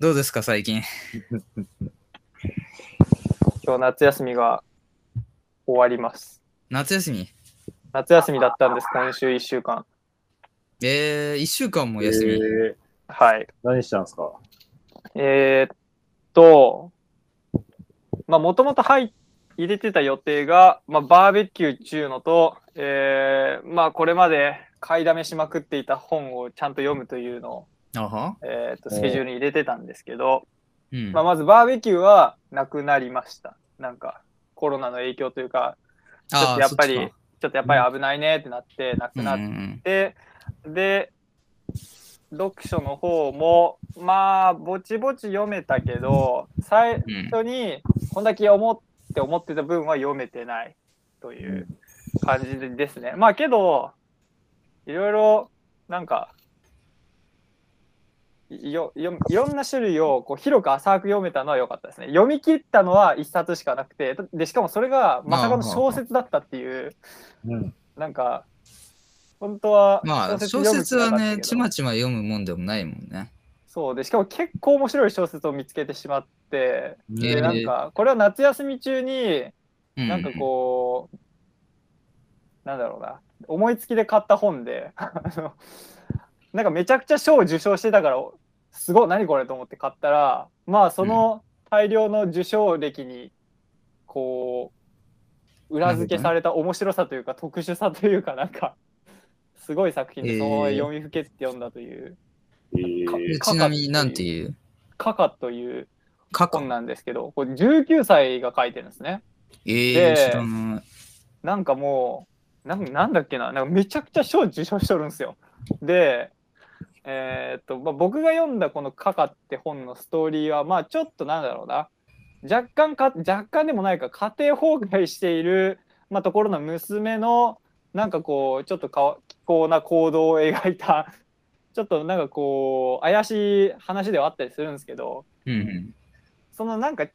どうですか、最近。今日夏休みが終わります。夏休み。夏休みだったんです、今週1週間。えー、1週間も休み。えーはい。何したんですかえーっと、まあ、もともと入入れてた予定が、まあ、バーベキュー中のと、えーまあ、これまで買いだめしまくっていた本をちゃんと読むというのを、あは。えーっとスケジュールに入れてたんですけど、うん。まあ、まずバーベキューはなくなりました。なんか、コロナの影響というか、ちょっあとーやっぱり、そちかちょっとやっぱり危ないねってなって、なうくんなうっんでで読書の方もまあぼちぼち読めたけど最うん初にこんだけ読もうって思ってた分は読めてないという感じですね。まあけどいろいろなんかいよよいろんな種類をこう広く浅く読めたのは良かったですね。読み切ったのは1冊しかなくてでしかもそれがまさかの小説だったっていううん。なんか、本当はうんまあ、小読む説は気なかったね、けどちまちま読むもんでもないもんね。そうで、しかも結構面白い小説を見つけてしまって、えで、ーなんか、これは夏休み中に、うなんかこう、なんだろうな、思いつきで買った本で、 あのなんかめちゃくちゃ賞を受賞してたから、すごい、何これと思って買ったら、まあ、その大量の受賞歴に、こう、裏付けされた面白さというか、特殊さというか、なんか、すごい作品で、そのまま読みふけって読んだという、えーでちなみになんていうカカという過去本なんですけど、これ19歳が書いてるんですね。えでー、知らない。なんかもう、なんなんだっけな、なんかめちゃくちゃ賞受賞しとるんですよ。で、えーっと、まあ、僕が読んだこの「カカ」って本のストーリーは、まあちょっとなんだろうな、若干か、若干でもないか、家庭崩壊している、まあ、ところの娘の、なんかこう、ちょっとかわ奇巧な行動を描いた、ちょっとなんかこう、怪しい話ではあったりするんですけど、うんそのなんか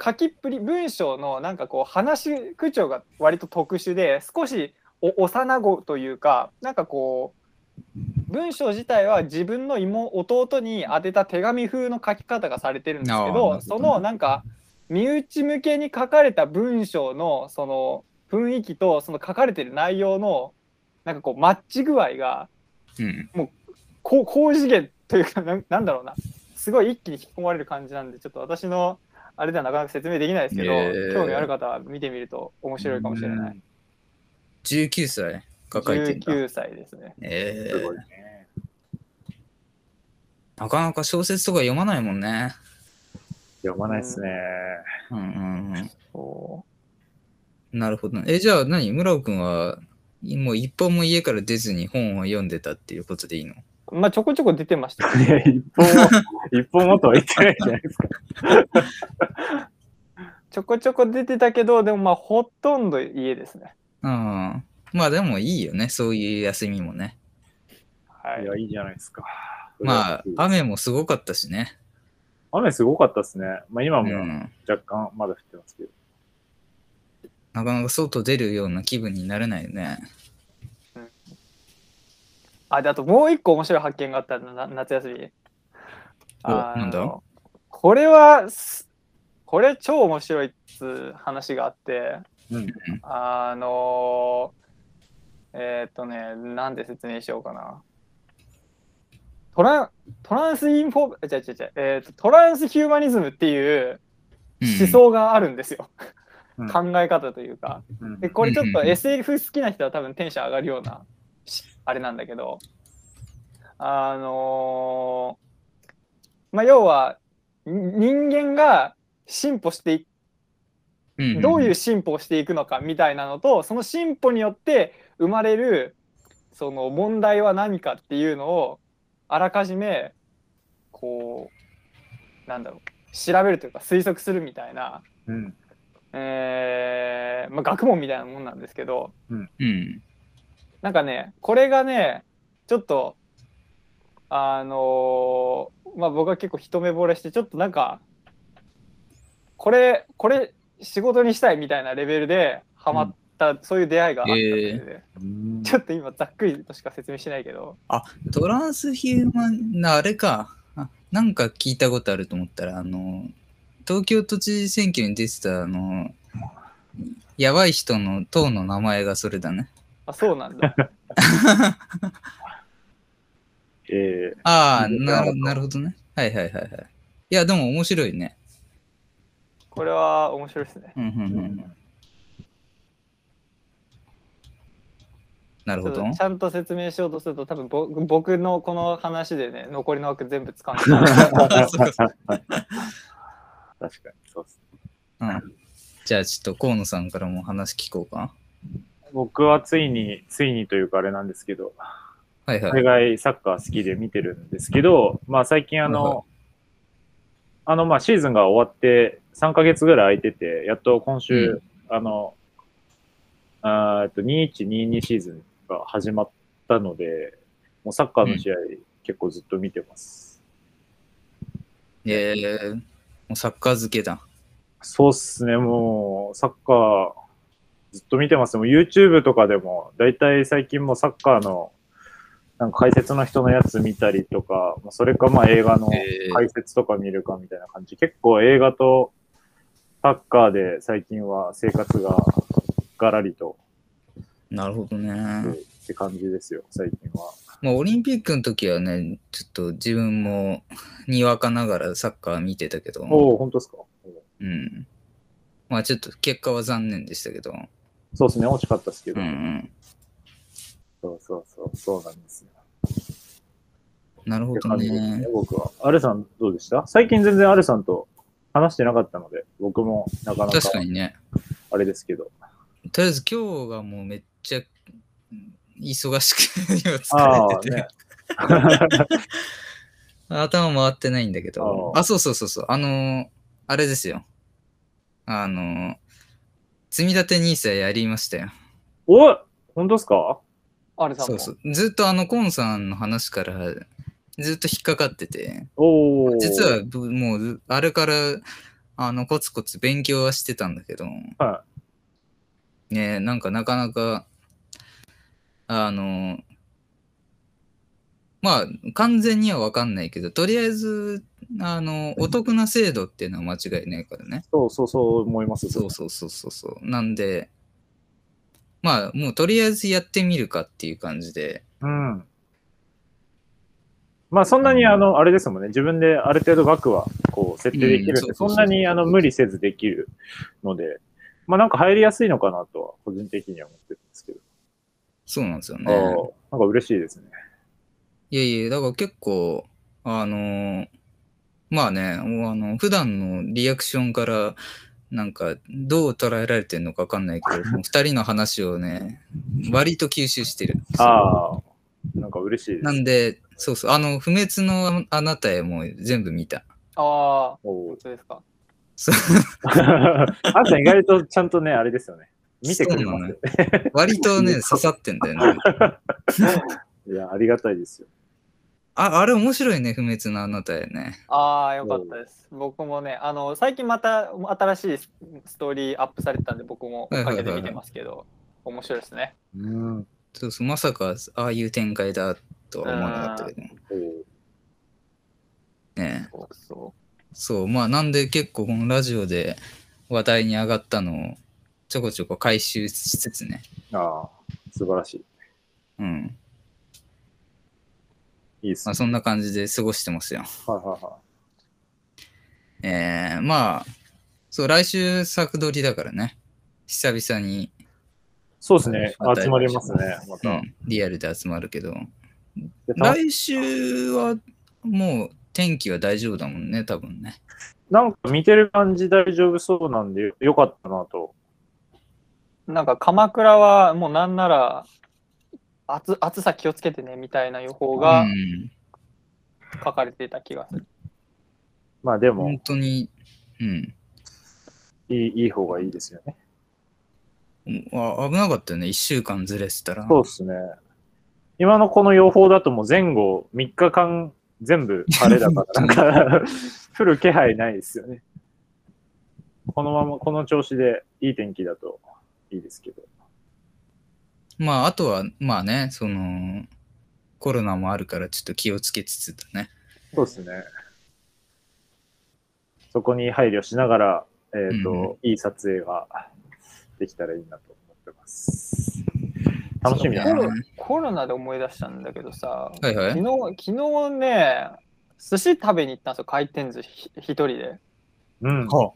書きっぷり文章のなんかこう話口調が割と特殊で少しお幼子というかなんかこう文章自体は自分の妹弟に宛てた手紙風の書き方がされてるんですあーなけるほどどそのなんか身内向けに書かれた文章のその雰囲気とその書かれてる内容のなんかこうマッチ具合がうん。うん。高高次元というかなんなんだろうなすごい一気に引き込まれる感じなんでちょっと私のあれではなかなか説明できないですけど、えー興味ある方は見てみると面白いかもしれない、 19歳が書いてんだ。 19歳ですねえすごーい、ね。なかなか小説とか読まないもんね。読まないっすね。うんうんうん。そなるほど。え、じゃあ何村尾くんは、いもう一本も家から出ずに本を読んでたっていうことでいいのうまあちょこちょこ出てましたけどいや、一本 も、一本もとは言ってないじゃないですか。ちょこちょこ出てたけどでもまあほとんど家ですねうん。まあでもいいよね。そういう休みもね。はいいや、いいじゃないですか。まあ、雨、雨もすごかったしね。雨すごかったっすね。まあ、今うもん。若干まだ降ってますけど。なかなか外出るような気分になれないよね。あであともう一個面白い発見があったなな夏休みおあのなんだこれはすこれ超面白いっつう話があってうん。あのーえーっとね、なんで説明しようかな。トラントランスインフォ、違う違う違う、えーっと、トランスヒューマニズムっていううん思想があるんですよ。うん考え方というか。うんで、これちょっうとんうん SF 好きな人は多分テンション上がるような、しあれなんだけど、あのーまあ、要は、に人間が進歩していっうんどういう進歩をしていくのかみたいなのとその進歩によって生まれるその問題は何かっていうのをあらかじめこうなんだろう調べるというか推測するみたいな、うん。えーまあ、学問みたいなもんなんですけどうん。なんかねこれがねちょっとあのーまあ僕は結構一目惚れしてちょっとなんかこれこれ仕事にしたいみたいなレベルでハマった、そういう出会いがあったんですよねうんちょっと今ざっくりとしか説明しないけどトランスヒューマンなあれか。あなんか聞いたことあると思ったら、あの、東京都知事選挙に出てた、あの、やばい人の党の名前がそれだね。 あ、そうなんだ。えああ、うんなるなるほどね。はいはいはいはい。いや、でも面白いね。これは面白いですね。うんうんーうん うん。なるちょほっどと。ちゃんと説明しようとすると、多分ぼ僕のこの話でね、残りの枠全部掴ん で確かに、そうです。うん、じゃあちょっと河野さんからも話聞こうか。僕はついに、ついにというかあれなんですけど、はいはい。海外サッカー好きで見てるんですけど、まあ最近あはいはの、あのまあシーズンが終わって3ヶ月ぐらい空いてて、やっと今週、あの、あーえっと2122シーズンが始まったので、もうサッカーの試合結構ずっと見てます。えー、もうサッカー漬けだ。そうっすね、もう、サッカー、ずっと見てますね。もう YouTube とかでも、だいたい最近もうサッカーの、なんか解説の人のやつ見たりとか、もうそれかまあ映画のえー解説とか見るかみたいな感じ。結構映画とサッカーで最近は生活がガラリとなるほどね。って感じですよ、最近は。まあ、オリンピックの時はね、ちょっと自分もにわかながらサッカー見てたけど、おお、本当ですかうん。まあちょっと結果は残念でしたけど、そうですね、惜しかったですけうど。んうん。そうそうそう、そうなんですよ。なるほってど感じですねね。、僕は。アルさんどうでした最近全然アルさんと話してなかったので、僕もなかなか確かにね。あれです けど。とりあえず今日がもうめっちゃうん忙しく 今あ疲れてあ、て、ね。頭回ってないんだけどあ。ーあ、そうそうそうそう。あのーあれですよ。あのー積み立て NISA やりましたよ。お本当ですかあれさんそもうそう。ずっとあの、コンさんの話からずっと引っかかってて、おお。実はぶもうず、あれから、あの、コツコツ勉強はしてたんだけど、はねえなんかなかなか、あの、まあ、完全にはわかんないけど、とりあえず、あの、お得な制度っていうのは間違いないからね。そうそうそう思います。そうそうそうそうそう。なんで、まあ、もうとりあえずやってみるかっていう感じで、うん。まあそんなにあの、あれですもんね、自分である程度額はこう設定できうるんで、んそうそうそうそんなにあの無理せずできるので、まあなんか入りやすいのかなとは個人的には思ってるんですけど、そうなんですよあね。あなんか嬉しいですね。いやいや、だから結構、あのーまあね、もうあの、普段のリアクションから、なんか、どう捉えられてるのかわかんないけど、もう二人の話をね、割と吸収してる。ああ、なんか嬉しいです。なんで、そうそう、あの、不滅のあなたへも全部見た。ああ、お本う当ですか。そう あんた意外とちゃんとね、あれですよね。見てくれそうなのますよよ。割とね、刺さってんだよね。いや、ありがたいですよ。あ、あれ面白いね、不滅のあなたへね。ああ、よかったです。僕もね、あの、最近また新しいスストーリーアップされてたんで、僕もおかげで見てますけど、面白いですね。うん。そうそう、まさか、ああいう展開だとは思わなかったけどね。ねそうそそう、まあなんで結構このラジオで話題に上がったのをちょこちょこ回収しつつね。ああ、素晴らしうん。い。いいですまあね。そんな感じで過ごしてますよ。はいはいはえー、まあ、そう、来週作撮りだからね。久々に、い。そうですね。また集まりますね。まうた。ん、リアルで集まるけど。でた来週はもう天気は大丈夫だもんね、多分ね。なんか見てる感じ大丈夫そうなんで、よかったなと。う。なんか、鎌倉はもうなんなら、暑暑さ気をつけてねみたいな予報うがん、書かれていた気がする。まあでも、本当に、うん。いい、いい方がいいですよね。あ危なかったよね、1週間ずれてたら。そうですね。今のこの予報だともう前後3日間全部晴れだから、なんか降る気配ないですよね。このまま、この調子でいい天気だといいですけど。まあ、あとは、まあね、その、コロナもあるから、ちょっと気をつけつつだね。そうですね。そこに配慮しながら、えっ、と、うんいい撮影ができたらいいなと思ってます。楽しみだそな。うねコロナで思い出したんだけどさ、はいはい。昨日昨日ね、寿司食べに行ったんですよ、回転寿司ひ一人で。うん。は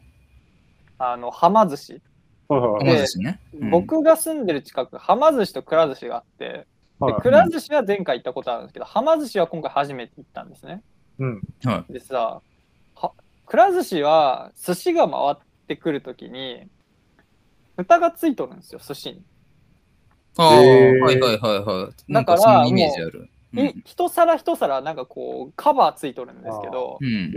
あの、はま寿司。はいはいはいまずしね。うん、僕が住んでる近く、はま寿司とくら寿司があって、ではいくら寿司は前回行ったことあるんですけど、はま寿司は今回初めて行ったんですね。うん。はでさ、はくら寿司は寿司が回ってくるときに、蓋がついとるんですよ、寿司に。ああ、へーはいはいはいはい。なんかだそからのイメージある。ういん。一皿一皿なんかこうカバーついとるんですけどうん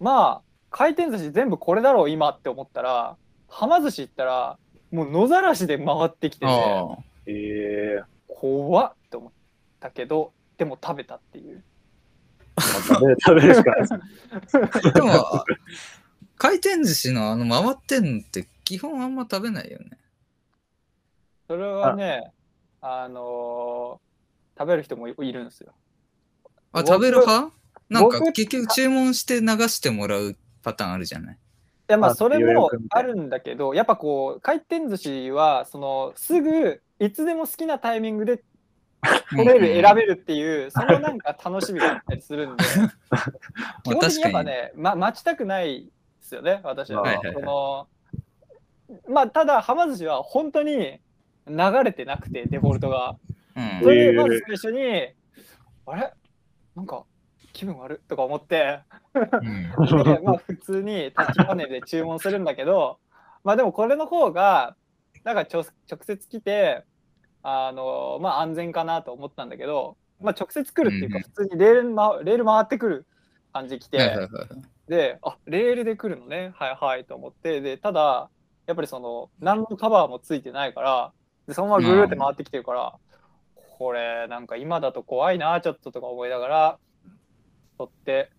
まあ回転寿司全部これだろう今って思ったらはま寿司行ったらもう野ざらしで回ってきててああ。ええ怖っって思ったけどでも食べたっていうー、まあ食べ食べるしかない ですね。でも、 あ回転寿司のあの回ってんのって基本あんま食べないよね。それはねあのー食べる人もいいるんですよあ、僕食べる派なんか僕結局注文して流してもらうパターンあるじゃない。いやまああそれ予も約みたあいなるんだけどやっぱこう回転寿司はそのすぐいつでも好きなタイミングで取れる、選べるっていう、そのなんか楽しみがあったりする んで、基本的にやっぱね、ま、待ちたくないですよね、私は。はいはいはいそのまあ、ただ、はま寿司は本当に流れてなくて、デフォルトが。うんそれえで、ーまず最初に、あれなんか気分悪いとか思って、うん でまあ、普通にタッチパネルで注文するんだけど、まあでもこれの方が、なんかちょ直接来て、あの、まあ安全かなと思ったんだけど、まあ直接来るっていうか、うん普通にレール回レール回ってくる感じ来て、はいはいはいはいで、あレールで来るのね、はいはいと思って、で、ただ、やっぱりその、何のカバーもついてないから、でそのままぐるーって回ってきてるから、これ、なんか今だと怖いな、ちょっととか思いながら、取って、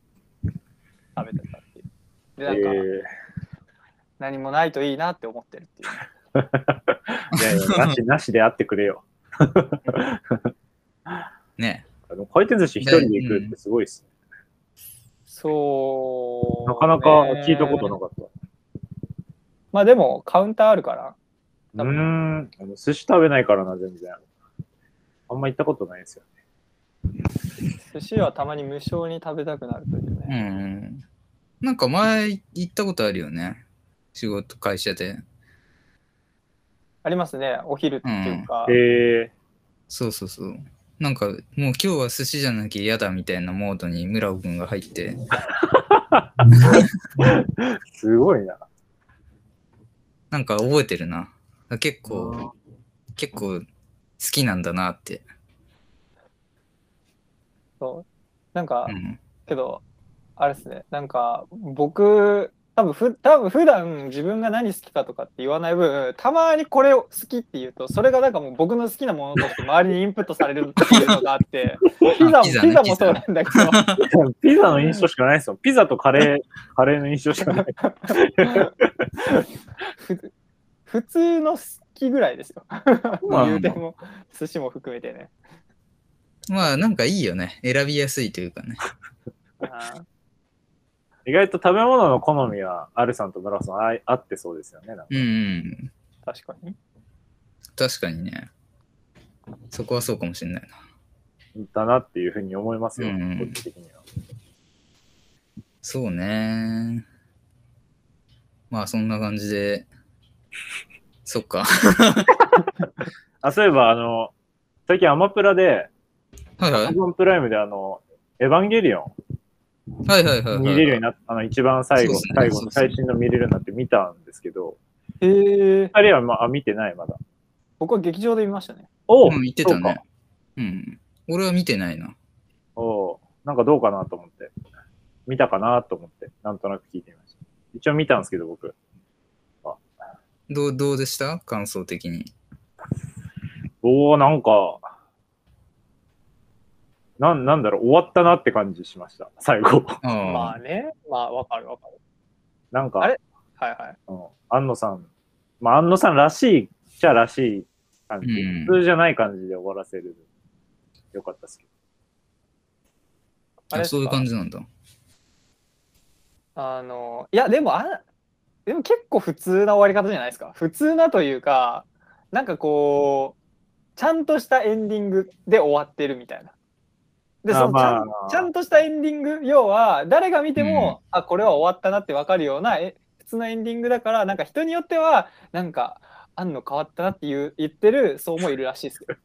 食べてたっていう。で、えなんか、ー何もないといいなって思ってるっていうね。いやいや、なし、なしで会ってくれよ。ね。あの回転寿司一人で行くってすごいっすね。そう、なかなか聞いたことなくかった。まあでも、カウンターあるから、うーん。あの寿司食べないからな、全然。あんま行ったことないですよ。寿司はたまに無償に食べたくなるといううね。ん。なんか前行ったことあるよね。仕事、会社で。ありますね、お昼っていうか。えそうそうそう。なんかもう今日は寿司じゃなきゃ嫌だみたいなモードに村尾くんが入って。ー、すごいな。 なんか覚えてるな。結構、結構好きなんだなって。そうなんか、うん。けどあれですねなんか僕多分ふ多分普段自分が何好きかとかって言わない分たまにこれを好きって言うとそれがなんかもう僕の好きなものとして周りにインプットさ れるっていうのがあってピザもピピザザ,、ねもそうなんだけどピザの印象しかないですよ。ピザとカ レー、カレーの印象しかない。ふ普通の好きぐらいですよまあ言うても寿司も含めてねまあなんかいいよね。選びやすいというかね。あー意外と食べ物の好みは、アルさんと村尾さんあい合ってそうですよね。なんかうん、うん。確かに確かにね。そこはそうかもしれないな。だなっていうふうに思いますよ、うん個人的には。そうね。まあそんな感じで。そっか。 あ、そういえば、あの、最近アマプラで、はいはアマい。ゾンプライムであの、エヴァンゲリオンはいはいはい、はい。見れるようになった、あの、一番最後、そうっすね最後そうっのすね最新の見れるようになって見たんですけど、へえ二人は、まあ、あ見てない、まだ。僕は劇場で見ましたねおうん、言ってたそうかね。うん。俺は見てないな。おうなんかどうかなと思って。見たかなと思って、なんとなく聞いてみました。一応見たんですけど、僕。どう、どうでした感想的に。おおなんか、なん、なんだろう、終わったなって感じしました。最後。 ああ。まあねまあわかるわかるなんか、あれはいはいうん、安野さん、まあ、安野さんらしいっちゃらしい感じ、うん普通じゃない感じで終わらせる。よかったっすけど。あれあですそういうか感じなんだ。あのいやでもあでも結構普通な終わり方じゃないですか普通なというかなんかこうちゃんとしたエンディングで終わってるみたいな。であそのちゃんまあちゃんとしたエンディング要は誰が見ても、あこれは終わったなって分かるようなえ普通のエンディングだからなんか人によってはなんかあんの変わったなっていう言ってるそうもいるらしい ですよ。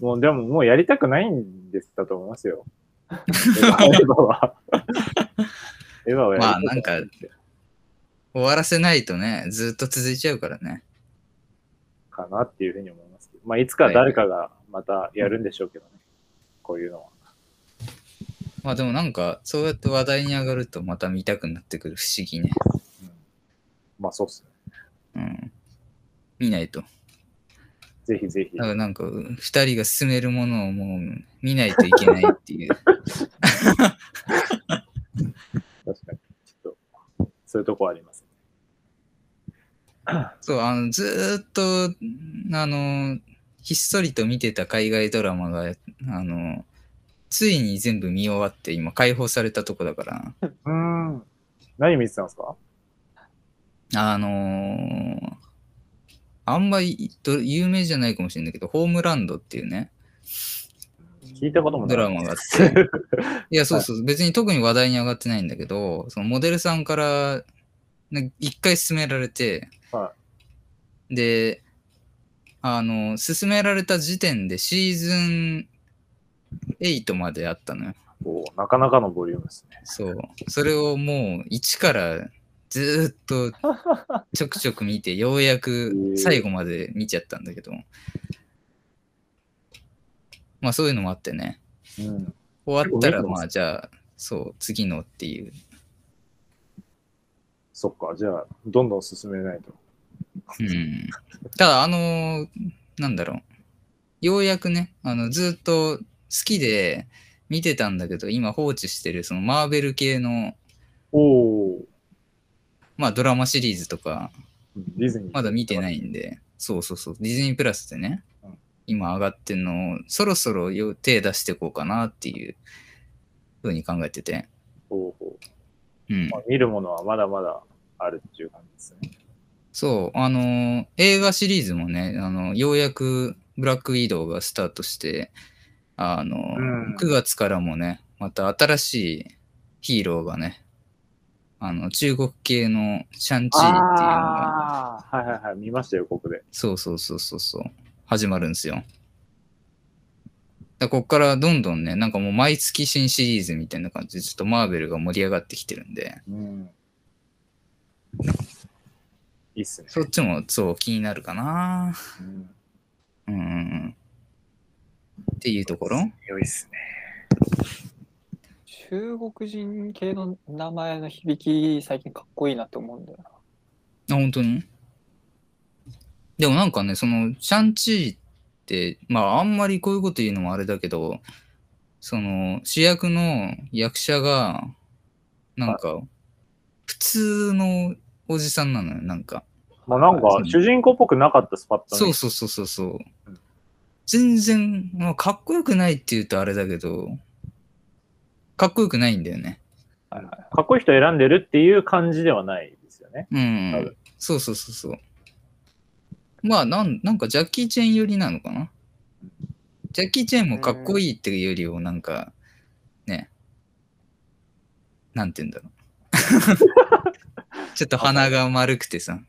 もう、でも、もうやりたくないんですだと思いますよ。エヴァは。エヴァはやりたくいまあなんか終わらせないとね、ずっと続いちゃうからね。かなっていうふうに思いますけど。まあ、いつか誰かがまたやるんでしょうけどね。こういうのは。まあでもなんか、そうやって話題に上がるとまた見たくなってくる不思議ね。うんまあ、そうっすね。うん。見ないと。ぜひぜひだ。からなんか、う二人が進めるものをもう見ないといけないっていう。確かに。ちょっと、そういうとこあります。そう、あの、ずーっと、あの、ひっそりと見てた海外ドラマが、あの、ついに全部見終わって、今解放されたとこだから、うん。何見てたんですかあのーあんまりど有名じゃないかもしれないけど、ホームランドっていうね、聞いたこともドない。ラマがあって、いや、そうそう、別に特に話題に上がってないんだけど、そのモデルさんから、ね一回勧められて、はで、あの、勧められた時点でシーズン8まであったのよ。おーなかなかのボリュームですね。そう。それをもう1からず ーっとちょくちょく見て、ようやく最後まで見ちゃったんだけど。まあそういうのもあってね。うん。終わったら結構見てますまあじゃあ、そう、次のっていう。そっか。じゃあ、どんどん進めないと。うん。ただ、あのーなんだろう。ようやくね、あの、ずっと好きで見てたんだけど、今放置してる、そのマーベル系の、おーまあドラマシリーズとか、ディズニー。まだ見てないんで、そうそうそう、ディズニープラスでねうん、今上がってんのを、そろそろよ手出していこうかなっていうふうに考えてて、ほうほうんう。ま。あ、見るものはまだまだあるっていう感じですね。そう、あのー映画シリーズもね、あのようやくブラックウィドウがスタートして、あのーうん9月からもね、また新しいヒーローがね、あの中国系のシャンチーっていうのが、ああー、はいはいはい。見ましたよ、ここで。そうそうそうそうそう、始まるんですよ。だこっからどんどんね、なんかもう毎月新シリーズみたいな感じで、ちょっとマーベルが盛り上がってきてるんで、うん。いいっすね。そっちもそう気になるかな。うん。うんうんうん。っていうところ良いっすね。中国人系の名前の響き最近かっこいいなと思うんだよな。あ、本当にでもなんかね、その、シャンチーって、まああんまりこういうこと言うのもあれだけど、その、主役の役者が、なんか、普通のおじさんなのよ、なんか。まあなんか、主人公っぽくなかったスパッとねそうそうそうそうそううん。全然、まあ、かっこよくないって言うとあれだけど、かっこよくないんだよね。はいはいかっこいい人選んでるっていう感じではないですよね。う多ん分。そうそうそうそう。まあなん、なんかジャッキー・チェン寄りなのかな。ジャッキー・チェンもかっこいいっていうよりを、なんか、ね、なんて言うんだろう。 ちょっと鼻が丸くてさ、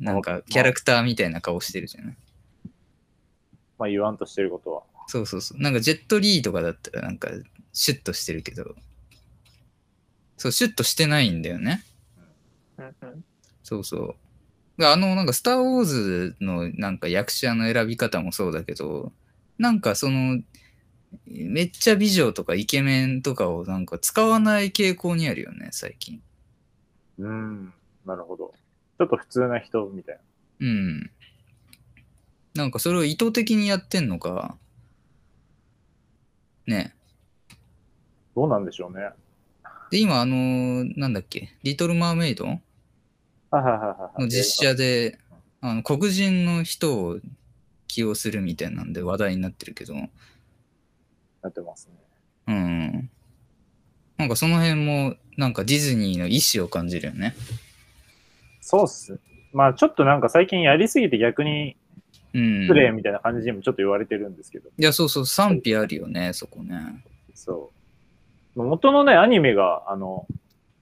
なんかキャラクターみたいな顔してるじゃない。まあ言わんとしてることは。そうそうそう。なんかジェットリーとかだったら、なんかシュッとしてるけど、そう、シュッとしてないんだよね。うんうんそうそう。であの、なんか、スター・ウォーズのなんか役者の選び方もそうだけど、なんかその、めっちゃ美女とかイケメンとかをなんか使わない傾向にあるよね、最近。うん。なるほど。ちょっと普通な人みたいな。うん。なんかそれを意図的にやってんのか、ね。どうなんでしょうね。で、今、あのなんだっけ、リトル・マーメイドはいはいはいはい。の実写で、あの黒人の人を起用するみたいなんで話題になってるけど、なってますね。うん。なんかその辺も、なんかディズニーの意志を感じるよね。そうっす。まあちょっとなんか最近やりすぎて逆にうん。失礼みたいな感じにもちょっと言われてるんですけど、いや、そうそう、賛否あるよね、そこね。そう。まあ元のね、アニメが、あの、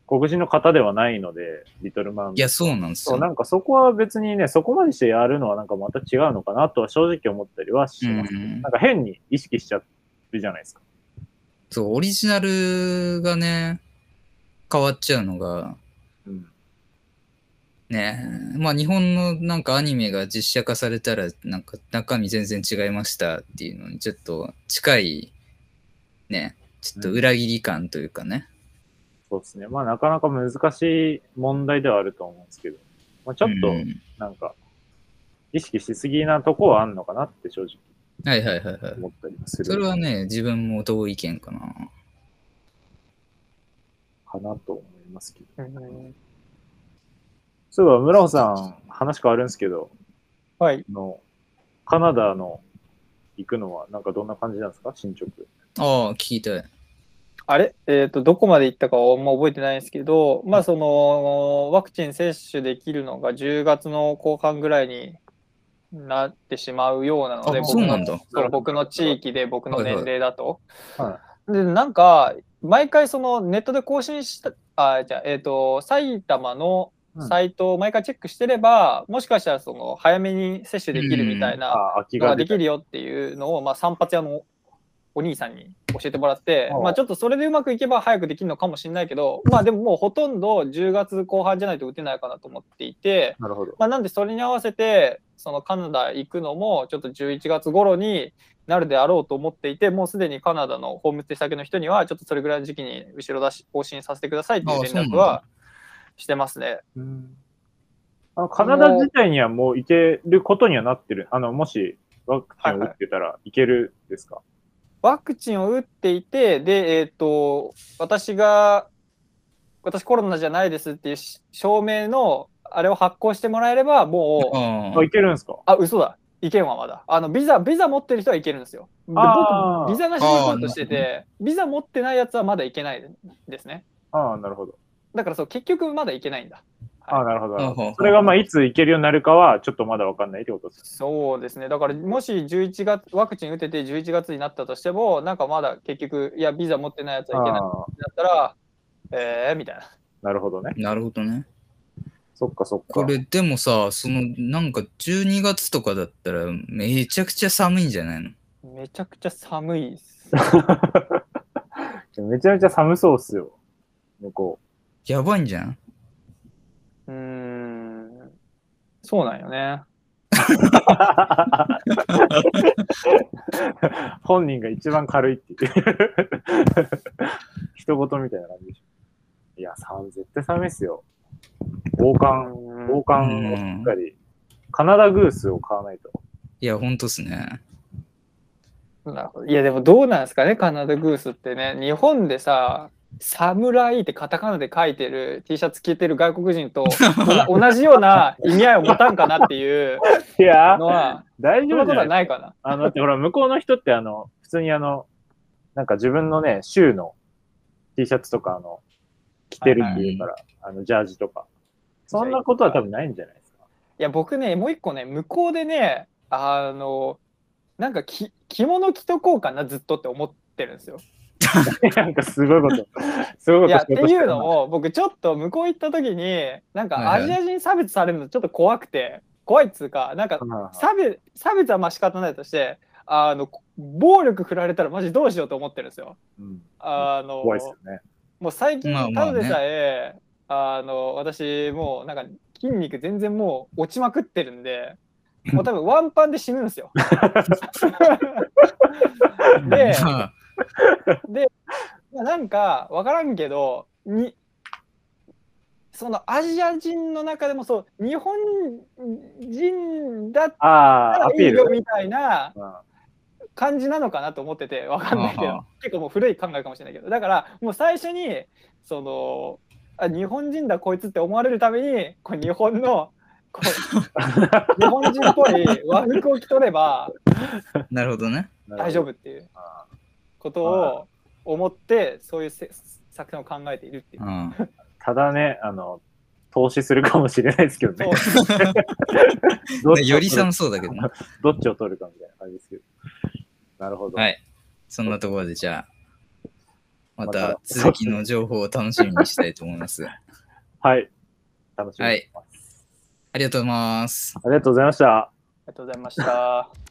黒人の方ではないので、リトルマン。いや、そうなんですそう、なよ。んかそこは別にね、そこまでしてやるのはなんかまた違うのかなとは正直思ったりはしうます。んな、んか変に意識しちゃるじゃないですか。そう、オリジナルがね、変わっちゃうのが、うん。ね、まあ日本のなんかアニメが実写化されたら、なんか中身全然違いましたっていうのに、ちょっと近い、ね、ちょっと裏切り感というかね。そうですね。まあなかなか難しい問題ではあると思うんですけど、まあ、ちょっとうんなんか、意識しすぎなとこはあんのかなって正直はいはいはいはい。思ったりもする。それはね、自分も同意見かな。かなと思いますけど。うんそういえば、村尾さん、話変わるんですけど、はい。あの、カナダの行くのは、なんかどんな感じなんですか進捗。ああ、聞きたい。あれえっ、と、どこまで行ったかはあんま覚えてないんですけど、まあ、その、ワクチン接種できるのが10月の後半ぐらいになってしまうようなので、あ僕そうのなんだ。そう僕の地域で僕の年齢だと。はでなんか毎回そのネットで更新したあじゃあえっ、と埼玉のサイトを毎回チェックしてれば、もしかしたらその早めに接種できるみたいなあ、秋のがが出でたきるよっていうのを、まあ、散髪屋のお兄さんに教えてもらってああまあ、ちょっとそれでうまくいけば早くできるのかもしれないけど、まあ、でももうほとんど10月後半じゃないと打てないかなと思っていて。なるほど。まあ、なんでそれに合わせてそのカナダ行くのもちょっと11月頃になるであろうと思っていてもうすでにカナダのホームステイ先の人にはちょっとそれぐらいの時期に後ろ出し更新させてくださいっていう連絡はしてますね。あのカナダ自体にはもう行けることにはなってる。あの、もしワクチンを打ってたら行けるですか、ワクチンを打っていてで、えっと私が私コロナじゃないですっていうし証明のあれを発行してもらえればもうああ、行けるんですかあ、嘘だ。意見はまだ。あの、ビザ、ビザ持ってる人はいけるんですよ。であー僕、ビザなしで行こうとしてて、ビザ持ってないやつはまだいけないですね。ああ、なるほど。だからそう、結局まだいけないんだ。ああ、なるほどなるほど。あ。それがまあ、いつ行けるようになるかは、ちょっとまだわかんないってことです。そうですね。だから、もし11月、ワクチン打てて11月になったとしても、なんかまだ結局、いや、ビザ持ってないやつはいけないっああ、てなったら、えー、みたいな。なるほどね。なるほどね。そっかそっか。これでもさ、そのなんか12月とかだったらめちゃくちゃ寒いんじゃないのめちゃくちゃ寒いっす。 めちゃめちゃ寒そうっすよ。向こ やばいんじゃんうーん。そうなんよね。う。本人が一番軽いっていう。人事みたいな感じでしょ。いや、寒い絶対寒いっすよ。防寒、防寒をしっかり。カナダグースを買わないと。いや、ほんとっすね。 なるほどいやでもどうなんですかねカナダグースってね日本でさ「侍」ってカタカナで書いてる T シャツ着てる外国人とおな同じような意味合いを持たんかなっていういやのは大そん丈な夫こじとゃはないないかな。あの、だってほら、向こうの人ってあの、普通にあの、なんか自分のね、州の T シャツとかあの、着てるっていうから、あの、ジャージとか。そんなことは多分ないんじゃないですか。いや僕ねもう一個ね向こうでねあのなんかき着物着とこうかなずっとって思ってるんですよ。なんかすごいこと、す ごいこといやっしてようとしていうるのも僕ちょっと向こう行った時になんかはいアはいジア人差別されるのちょっと怖くて怖いっつうかなんかな差別差別はまあ仕方ないとしてあの暴力振られたらマジどうしようと思ってるんですよ。うんあの怖いですよね。もう最近まあまあたねだでさえ、あの私もうなんか筋肉全然もう落ちまくってるんでもう多分ワンパンで死ぬんですよ。でまあまあなんか分からんけどにそのアジア人の中でもそう日本人だったあ あ、らアいピいールよ。みたいなうん感じなのかなと思っててわかんないけあどは結構もう古い考えかもしれないけどだからもう最初にそのあ日本人だこいつって思われるためにこう日本のこう日本人っぽい和服を着とればなるほどね。大丈夫っていうあことを思ってそういうせ作戦を考えているっていう。うん。ただね、あの、投資するかもしれないですけ どね。そうどっねちをより取る寒そうだけど ね。どっちを取るかみたいな感じですけど。なるほど。はい。そんなところで、じゃあ、ままたた続きの情報を楽しみにしたいと思います。あはい。楽しみにしてます。りがとうございます。ありがとうございました。ありがとうございました。